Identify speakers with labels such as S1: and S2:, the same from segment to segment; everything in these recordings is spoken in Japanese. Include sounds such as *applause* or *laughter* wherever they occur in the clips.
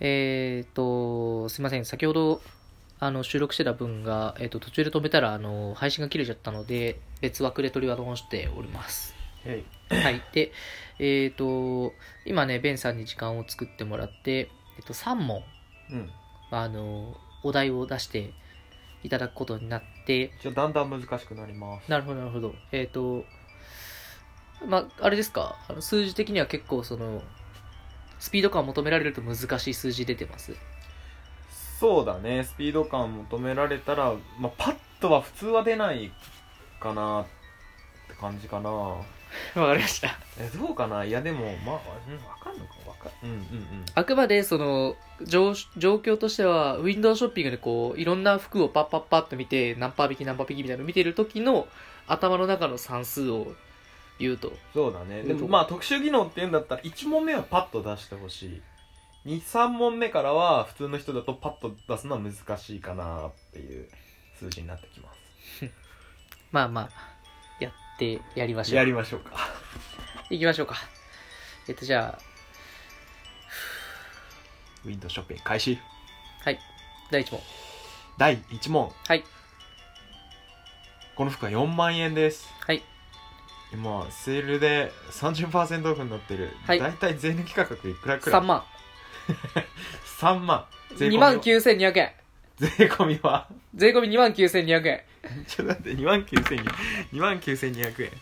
S1: えっ、と、すいません、先ほど、あの、収録してた分が、えっ、と、途中で止めたら、あの、配信が切れちゃったので、別枠で取り直しております。
S2: はい。
S1: はい。で、えっ、と、今ね、ベンさんに時間を作ってもらって、えっ、と、3問、
S2: うん。
S1: あの、お題を出していただくことになって、
S2: じゃあだんだん難しくなります。
S1: なるほど、なるほど。えっ、と、まあ、あれですか、あの数字的には結構、その、スピード感を求められると難しい数字出てます。
S2: そうだね。スピード感求められたら、まあ、パッとは普通は出ないかなって感じかな。
S1: わかりました。
S2: え、どうかないや、でも、まあ、うん、わかんのかわかうんうんうん。
S1: あくまでその状状況としてはウィンドウショッピングでこういろんな服をパッパッパッと見て何パー引き何パー引きみたいなの見てる時の頭の中の算数を言うと
S2: そうだね。で
S1: う
S2: も、
S1: ん
S2: まあ、特殊技能って言うんだったら、1問目はパッと出してほしい。2、3問目からは、普通の人だとパッと出すのは難しいかなっていう数字になってきま
S1: まあまあやってやりまし
S2: す。
S1: ょ
S2: や
S1: う
S2: りましょうか。
S1: いきましょうかえっとじゃあ
S2: ウィンドウショッピング開始。
S1: 第1問
S2: 第1問。
S1: はい
S2: この服は4万円です。
S1: はい
S2: 今、セールで30%オフになってる。
S1: はい
S2: だいたい税抜き価格いくらくら
S1: 3万
S2: 3万。税込み
S1: 2
S2: は
S1: 万9200円
S2: 税込みは *laughs*
S1: 税込み2万9200円
S2: ちょっと待って、2万9200円。2万9200円。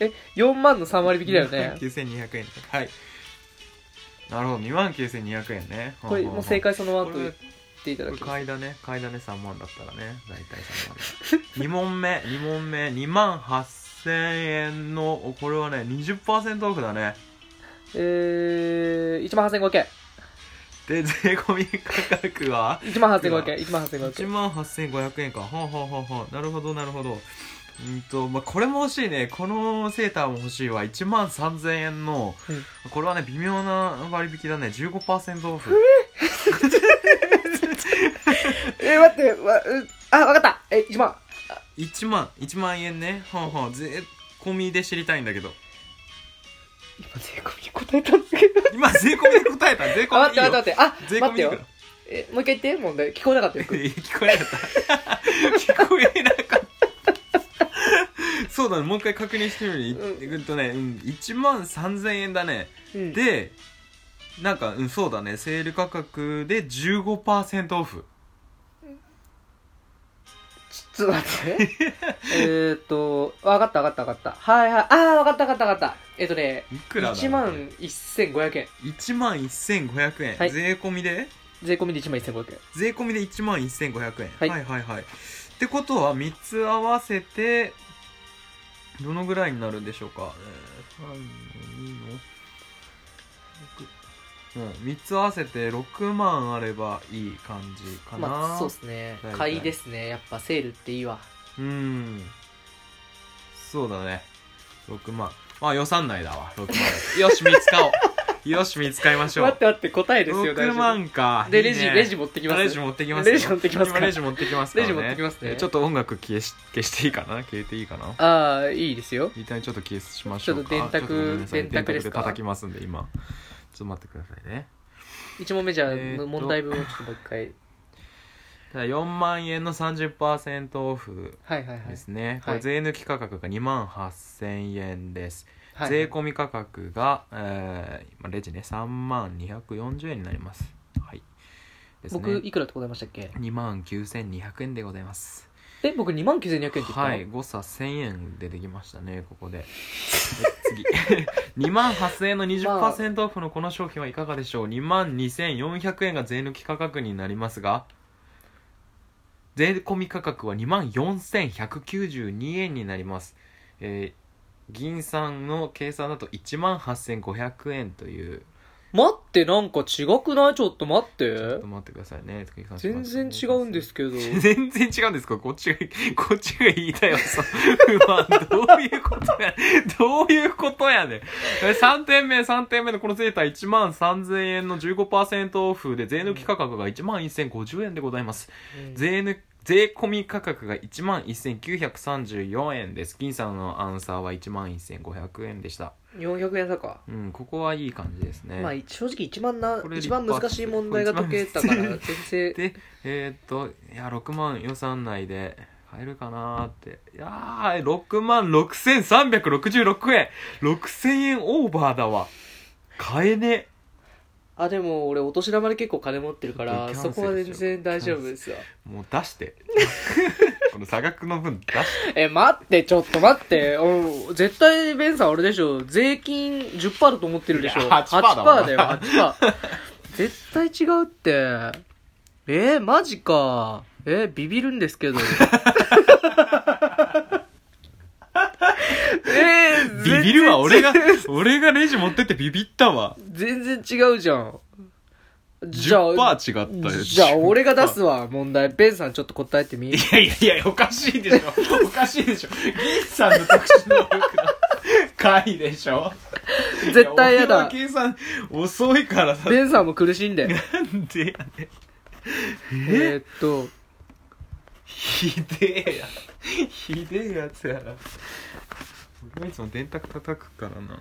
S1: え4万の3割引きだよね
S2: 9200円。はい。なるほど、2万9200円ね。
S1: これもう正解
S2: 解
S1: そのま
S2: こ
S1: まと言っ
S2: れ、
S1: ていただ
S2: これ
S1: きます
S2: 買いだね。買いだね、3万だったらね。だいたい3万だ。2問目、2問目、2万8000円の、おこれはね、20%オフだね。
S1: えー、1万8500円
S2: で、税込み価格は
S1: 1万8500円1万8500
S2: 1
S1: 円
S2: 万8500円か。はあ、はあはあはあ、なるほど、なるほど。うんと、まあ、これも欲しいね。このセーターも欲しいわ。1万3000円の、
S1: うん
S2: これはね、微妙な割引だね。15%オフ。
S1: えー、待って、わ、うあ、わかったえ、1万。
S2: 1万、1万円ね。はあ、はあ、税込みで知りたいんだけど。
S1: 今、税込み答えたんですけど。
S2: 今、税込みで答えた。税
S1: あ、
S2: 込
S1: 待っ
S2: み
S1: て待って待
S2: いいよ。
S1: って。あ、
S2: 税
S1: 待っ
S2: 込み
S1: て
S2: い
S1: よ
S2: くら。
S1: え、もう一回言って、問題。聞こえなか
S2: *laughs*
S1: ったよ。よく
S2: 聞こえなかった。聞こえなかった。そうだね、もう一回確認してみる。い
S1: うん
S2: えっとね、うん、1万3000円だね。
S1: うん、
S2: で、なんか、うん、そうだね、セール価格で15%オフ。
S1: ちょっと待って。 *laughs* えーっと、わかったわかったわかった。はいはい。あー、わかったわかったわかった。えっとね、
S2: いくらだ
S1: 1万1500円。
S2: 1万1500円。
S1: はい
S2: 税込みで
S1: 税込みで1万1500円。
S2: 税込みで1万1500円。
S1: はい
S2: はいはいはい。ってことは、3つ合わせて、どのぐらいになるんでしょうか。えー、3の2の、6。うん、3つ合わせて6万あればいい感じかな。
S1: まあ、そうですね
S2: 大。体
S1: 買いですね。やっぱセールっていいわ。
S2: うん。そうだね。6万。まあ予算内だわ、6万。よし、見つか
S1: *laughs*
S2: おう。よし、見つかいましょ
S1: 待っ
S2: う。
S1: て待って、答えですよ、
S2: 6万か。
S1: で、
S2: いいね
S1: レジ、レジ持ってきます。
S2: レジ持ってきますよ。
S1: レジ持ってきますか
S2: 今レジ持ってきますからね。
S1: レジ持ってきますね
S2: えちょっと音楽消し、消していいかな消えていいかな
S1: あー、いいですよ。
S2: 一旦ちょっと消しましょうか。
S1: ちょっと電卓
S2: ちょっとごめんなさい
S1: 電卓ですか
S2: 電叩きますんで、今。ちょっと待ってくださいね。
S1: 1問目じゃあ、
S2: えーっと
S1: 問題文をちょっともう一回。
S2: ただ4万円の30%オフ
S1: はいはいはい。
S2: ですね。これ税抜き価格が2万8000円です。
S1: はい
S2: 税込み価格が、えー、今レジね3万240円になりますはいです
S1: 僕
S2: ね
S1: いくらってございましたっけ
S2: 2万9200円でございます
S1: え僕2万9200円って言ったの
S2: はい誤差1000円出てきましたねここで *laughs* 次 *laughs* 2万8000円の20%オフのこの商品はいかがでしょう2万2400円が税抜き価格になりますが税込み価格は2万4192円になりますえー、銀さんの計算だと1万8500円という
S1: 待ってなんか違くないちょっと待っ
S2: ちょってと待ってくださいね計算し
S1: 全
S2: ます
S1: 然違うんですけど
S2: *laughs* 全然違うんですかこっちが、こっちが言いたいわ、そう。不安。どういうことや、どういうことやねん。3点目、3点目のこのセーター1万3000円の15%オフで税抜き価格が1万1050円でございます。
S1: うん
S2: 税抜税込み価格が1万1934円です銀さんのアンサーは1万1500円でした
S1: 400円差か、
S2: うんここはいい感じですね、
S1: まあ正直一番な
S2: これ
S1: 一番難しい問題が解けたから全然
S2: でえー、っといや6万予算内で買えるかなーっていやー6万6366円6000円オーバーだわ買えね
S1: あでも俺お年玉で結構金持ってるから
S2: ちょ
S1: そ
S2: っとキ
S1: こ
S2: ャ
S1: は
S2: ンセルし
S1: 全
S2: よ
S1: 然
S2: う
S1: 大丈夫ですよ
S2: もう出して *laughs* この差額の分出して
S1: え待ってちょっと待ってお絶対ベンさんあれでしょ税金10%だと思ってるでしょ
S2: いや8%だわ
S1: だよ8%絶対違うってえー、マジかえービビるんですけ
S2: *laughs*
S1: どえー、
S2: ビビるわ俺
S1: 全然
S2: が俺がレジ持ってってビビったわ
S1: 全然違うじゃんじゃあ
S2: 10%違ったよ
S1: じゃあ俺が出
S2: 10%
S1: すわ問題ベンさんちょっと答えてみ
S2: いやいやいや、おかしいでしょ。おかしいでしょ。銀さんの特殊能力の回でしょ。
S1: 絶対や
S2: い俺
S1: だ
S2: は計算遅いからさ。
S1: ベンさんも苦しんで
S2: なんでやねん。
S1: えーっと
S2: ひでえや。ひでえやつやな。俺はいつも電卓叩くからな。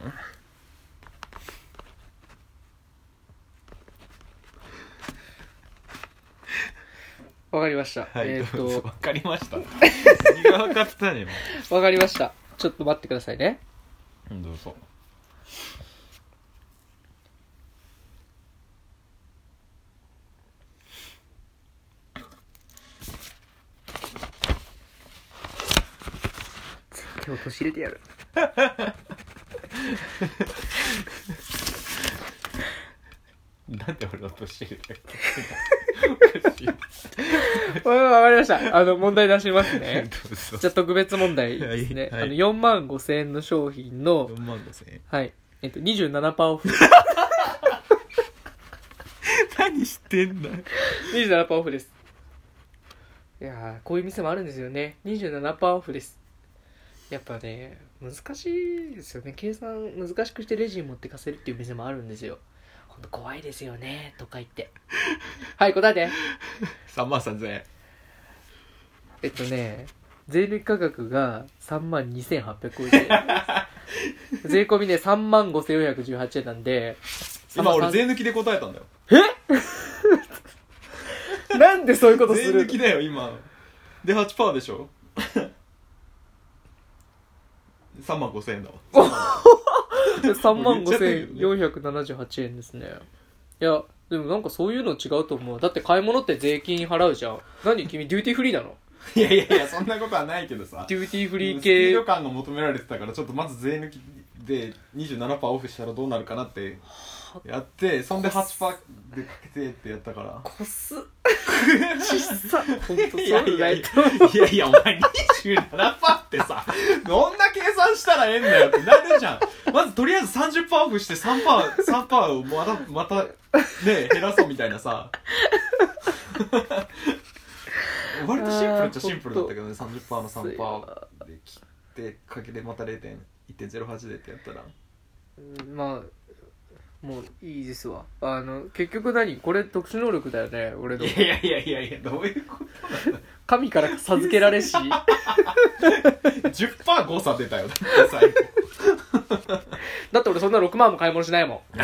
S1: わかりました。
S2: はい、
S1: えー
S2: どうぞ
S1: っ
S2: わかりました。何が分かったね。
S1: と、わかりました。ちょっと待ってくださいね。
S2: うんどうぞ。
S1: 今日年入れてやる。
S2: なんで俺の年入れ
S1: わわかりました。あの、問題出しますね。
S2: どうぞ。 *laughs*
S1: じゃあ特別問題ですね。
S2: はい
S1: あの4万5千円の商品の、
S2: 4万5千円。
S1: はい。えっと、27%オ
S2: *laughs*
S1: フ。
S2: 何してんだよ。
S1: 27%オフです。いやー、こういう店もあるんですよね。27%オフです。やっぱね、難しいですよね。計算難しくしてレジに持ってかせるっていう店もあるんですよ。ほんと怖いですよね、とか言って。はい、答えて。
S2: 3万3千円。
S1: えっとね、税抜き価格が3万2850円
S2: *laughs*
S1: です。税込みね、3万5418円なんで、
S2: 今俺
S1: 3
S2: 税抜きで答えたんだよ
S1: なんでそういうことす
S2: 税
S1: る
S2: 抜
S1: の
S2: きだよ今で8%でしょ *laughs* 3万5千円だわ
S1: ?3 万5478円ですね。いや、でもなんかそういうの違うと思う。だって買い物って税金払うじゃん。何君デューティーフリーなの
S2: いやいやいやそんなことはないけどさ
S1: デューティーフリー
S2: スピー
S1: 系
S2: ド。感が求められてたからちょっとまず税抜きで27%オフしたらどうなるかなってやってそんで8%でかけてってやったから
S1: こす。ちっさ。ほんとそう
S2: い
S1: だ
S2: や
S1: よ
S2: いやいや、いやいや、お前27%ってさ、どんな計算したらええんだよってなるじゃん。まずとりあえず30%オフして3%、3%をまた、また、ね、減らそうみたいなさ。 *laughs* 割とシンプルっちゃシンプルだったけどね、30%の3%で切って、かけてまた0.1.08でってやったら。
S1: うんまあもういいですわあの結局何これ特殊能力だよね俺の
S2: いやいやいやいや、どういうこと
S1: 神から授けられ
S2: *laughs*
S1: し
S2: ?10% 誤差出たよ、だって最後。
S1: だって俺そんな6万も買い物しないもん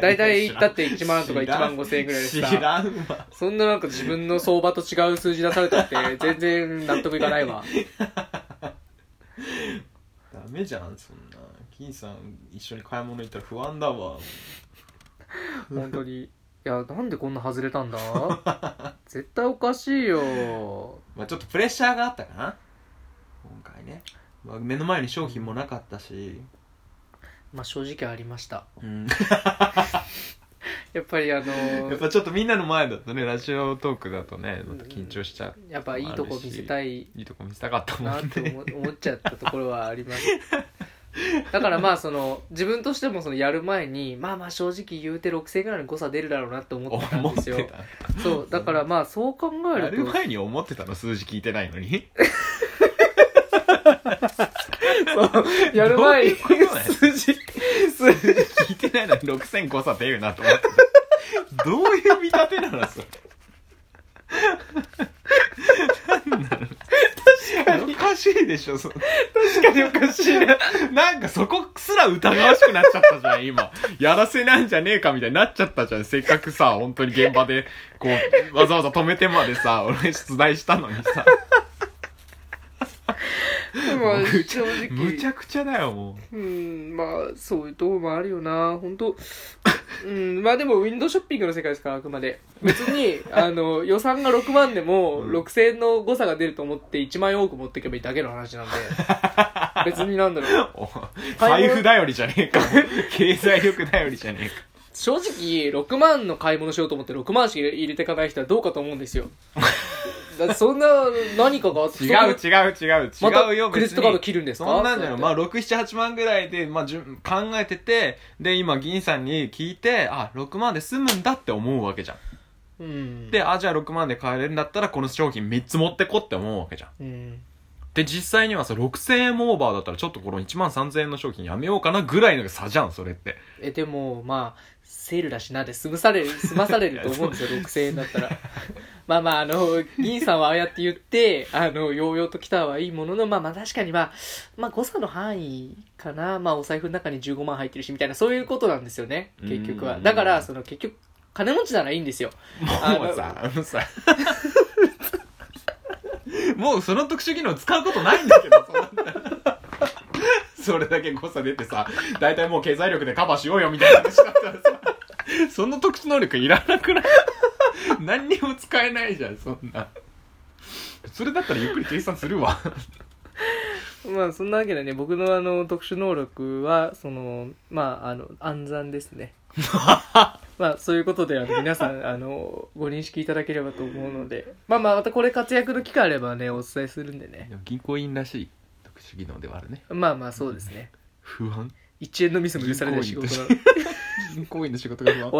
S1: 大体だって1万とか
S2: 知
S1: 1
S2: ら
S1: 万
S2: ん
S1: 5千円ぐらいで
S2: 知
S1: さ
S2: らんわ。
S1: そんななんか自分の相場と違う数字出され
S2: *laughs*
S1: たって全然納得いかないわ
S2: ダメじゃんそんな金さん一緒に買い物行ったら不安だわ
S1: 本当にいやなんでこんな外れたんだ絶対おかしいよ
S2: まあちょっとプレッシャーがあったかな今回ね、まあ、目の前に商品もなかったし
S1: まあ正直ありました
S2: うん
S1: やっぱりあの
S2: *laughs* やっぱちょっとみんなの前だとねラジオトークだとねまた緊張しちゃう
S1: やっぱいいとこ見せたい
S2: いいとこ見せたかったも
S1: なんって
S2: *laughs* ね
S1: 思思っちゃったところはありますだからまあその自分としてもそのやる前にまあまあ正直言うて6000円ぐらいの誤差出るだろうなって思ってたん
S2: *laughs* 思
S1: で
S2: っ
S1: す
S2: て
S1: よ
S2: た
S1: そうだからまあそう考え
S2: や
S1: る
S2: る
S1: と
S2: 前に思ってたの数字聞いてないのに
S1: そうやる前に
S2: どういうことだよ
S1: 数字数字
S2: 聞いてないのに6000誤差出るなと思ってたどういう見立てなのそれおかしいでしょそ
S1: 確かにおかしいな
S2: なんかそこすら疑わしくなっちゃったじゃん今やらせなんじゃねえかみたいになっちゃったじゃんせっかくさ本当に現場でこうわざわざ止めてまでさ俺出題したのにさ
S1: まあ
S2: むち
S1: 正
S2: ゃ
S1: 直
S2: むちゃくちゃだよも
S1: うんまあそういうとこもあるよな本当うんまあでもウィンドウショッピングの世界ですからあくまで別にあの予算が6万でも
S2: うん
S1: 6000円の誤差が出ると思って1万円多く持っていけばいいだけの話なんで別になんだろう
S2: うお財布頼りじゃねえか経済力頼りじゃねえか
S1: 正直6万の買い物しようと思って6万しか入れていかない人はどうかと思うんですよだってそんな何かがあって
S2: 違う
S1: そんな
S2: 違う違う
S1: また
S2: 違うよ
S1: クレジットカード切るんですか
S2: そんなんじ
S1: そ
S2: ゃないうま
S1: やっ
S2: あ678万ぐらいで、まあ、じゅん考えててで今銀さんに聞いてあ6万で済むんだって思うわけじゃん
S1: うん
S2: であじゃあ6万で買えるんだったらこの商品3つ持ってこって思うわけじゃん
S1: うん
S2: で実際にはさ6000円もオーバーだったらちょっとこの1万3000円の商品やめようかなぐらいの差じゃんそれって
S1: えでもまあセールだしなで済まされる済まされると思うんですよ6000円だったらまあまああの銀さんはああやって言ってあのヨーヨーと来たはいいもののまあまあ確かにまあまあ誤差の範囲かなまあお財布の中に15万入ってるしみたいなそういうことなんですよね結局
S2: う
S1: は
S2: ん
S1: だからその結局金持ちならいいんですよあ
S2: もうさあのさ *laughs* もうその特殊技能使うことないんだけどそんなそれだけ誤差出てさ大体もう経済力でカバーしようよみたいな話だったらさその特殊能力いらなくない何にも使えないじゃんそんなそれだったらゆっくり計算するわ
S1: まあそんなわけでね僕のあの特殊能力はそのまああの暗算ですねまあそういうことであの皆さんあのご認識いただければと思うのでまあまあまたこれ活躍の機会あればねお伝えするんでね
S2: 銀行員らしい特殊技能ではあるね
S1: まあまあそうですね
S2: 不安
S1: 1円のミスも許されない仕事なの
S2: 銀行員の仕事が不安
S1: 終わり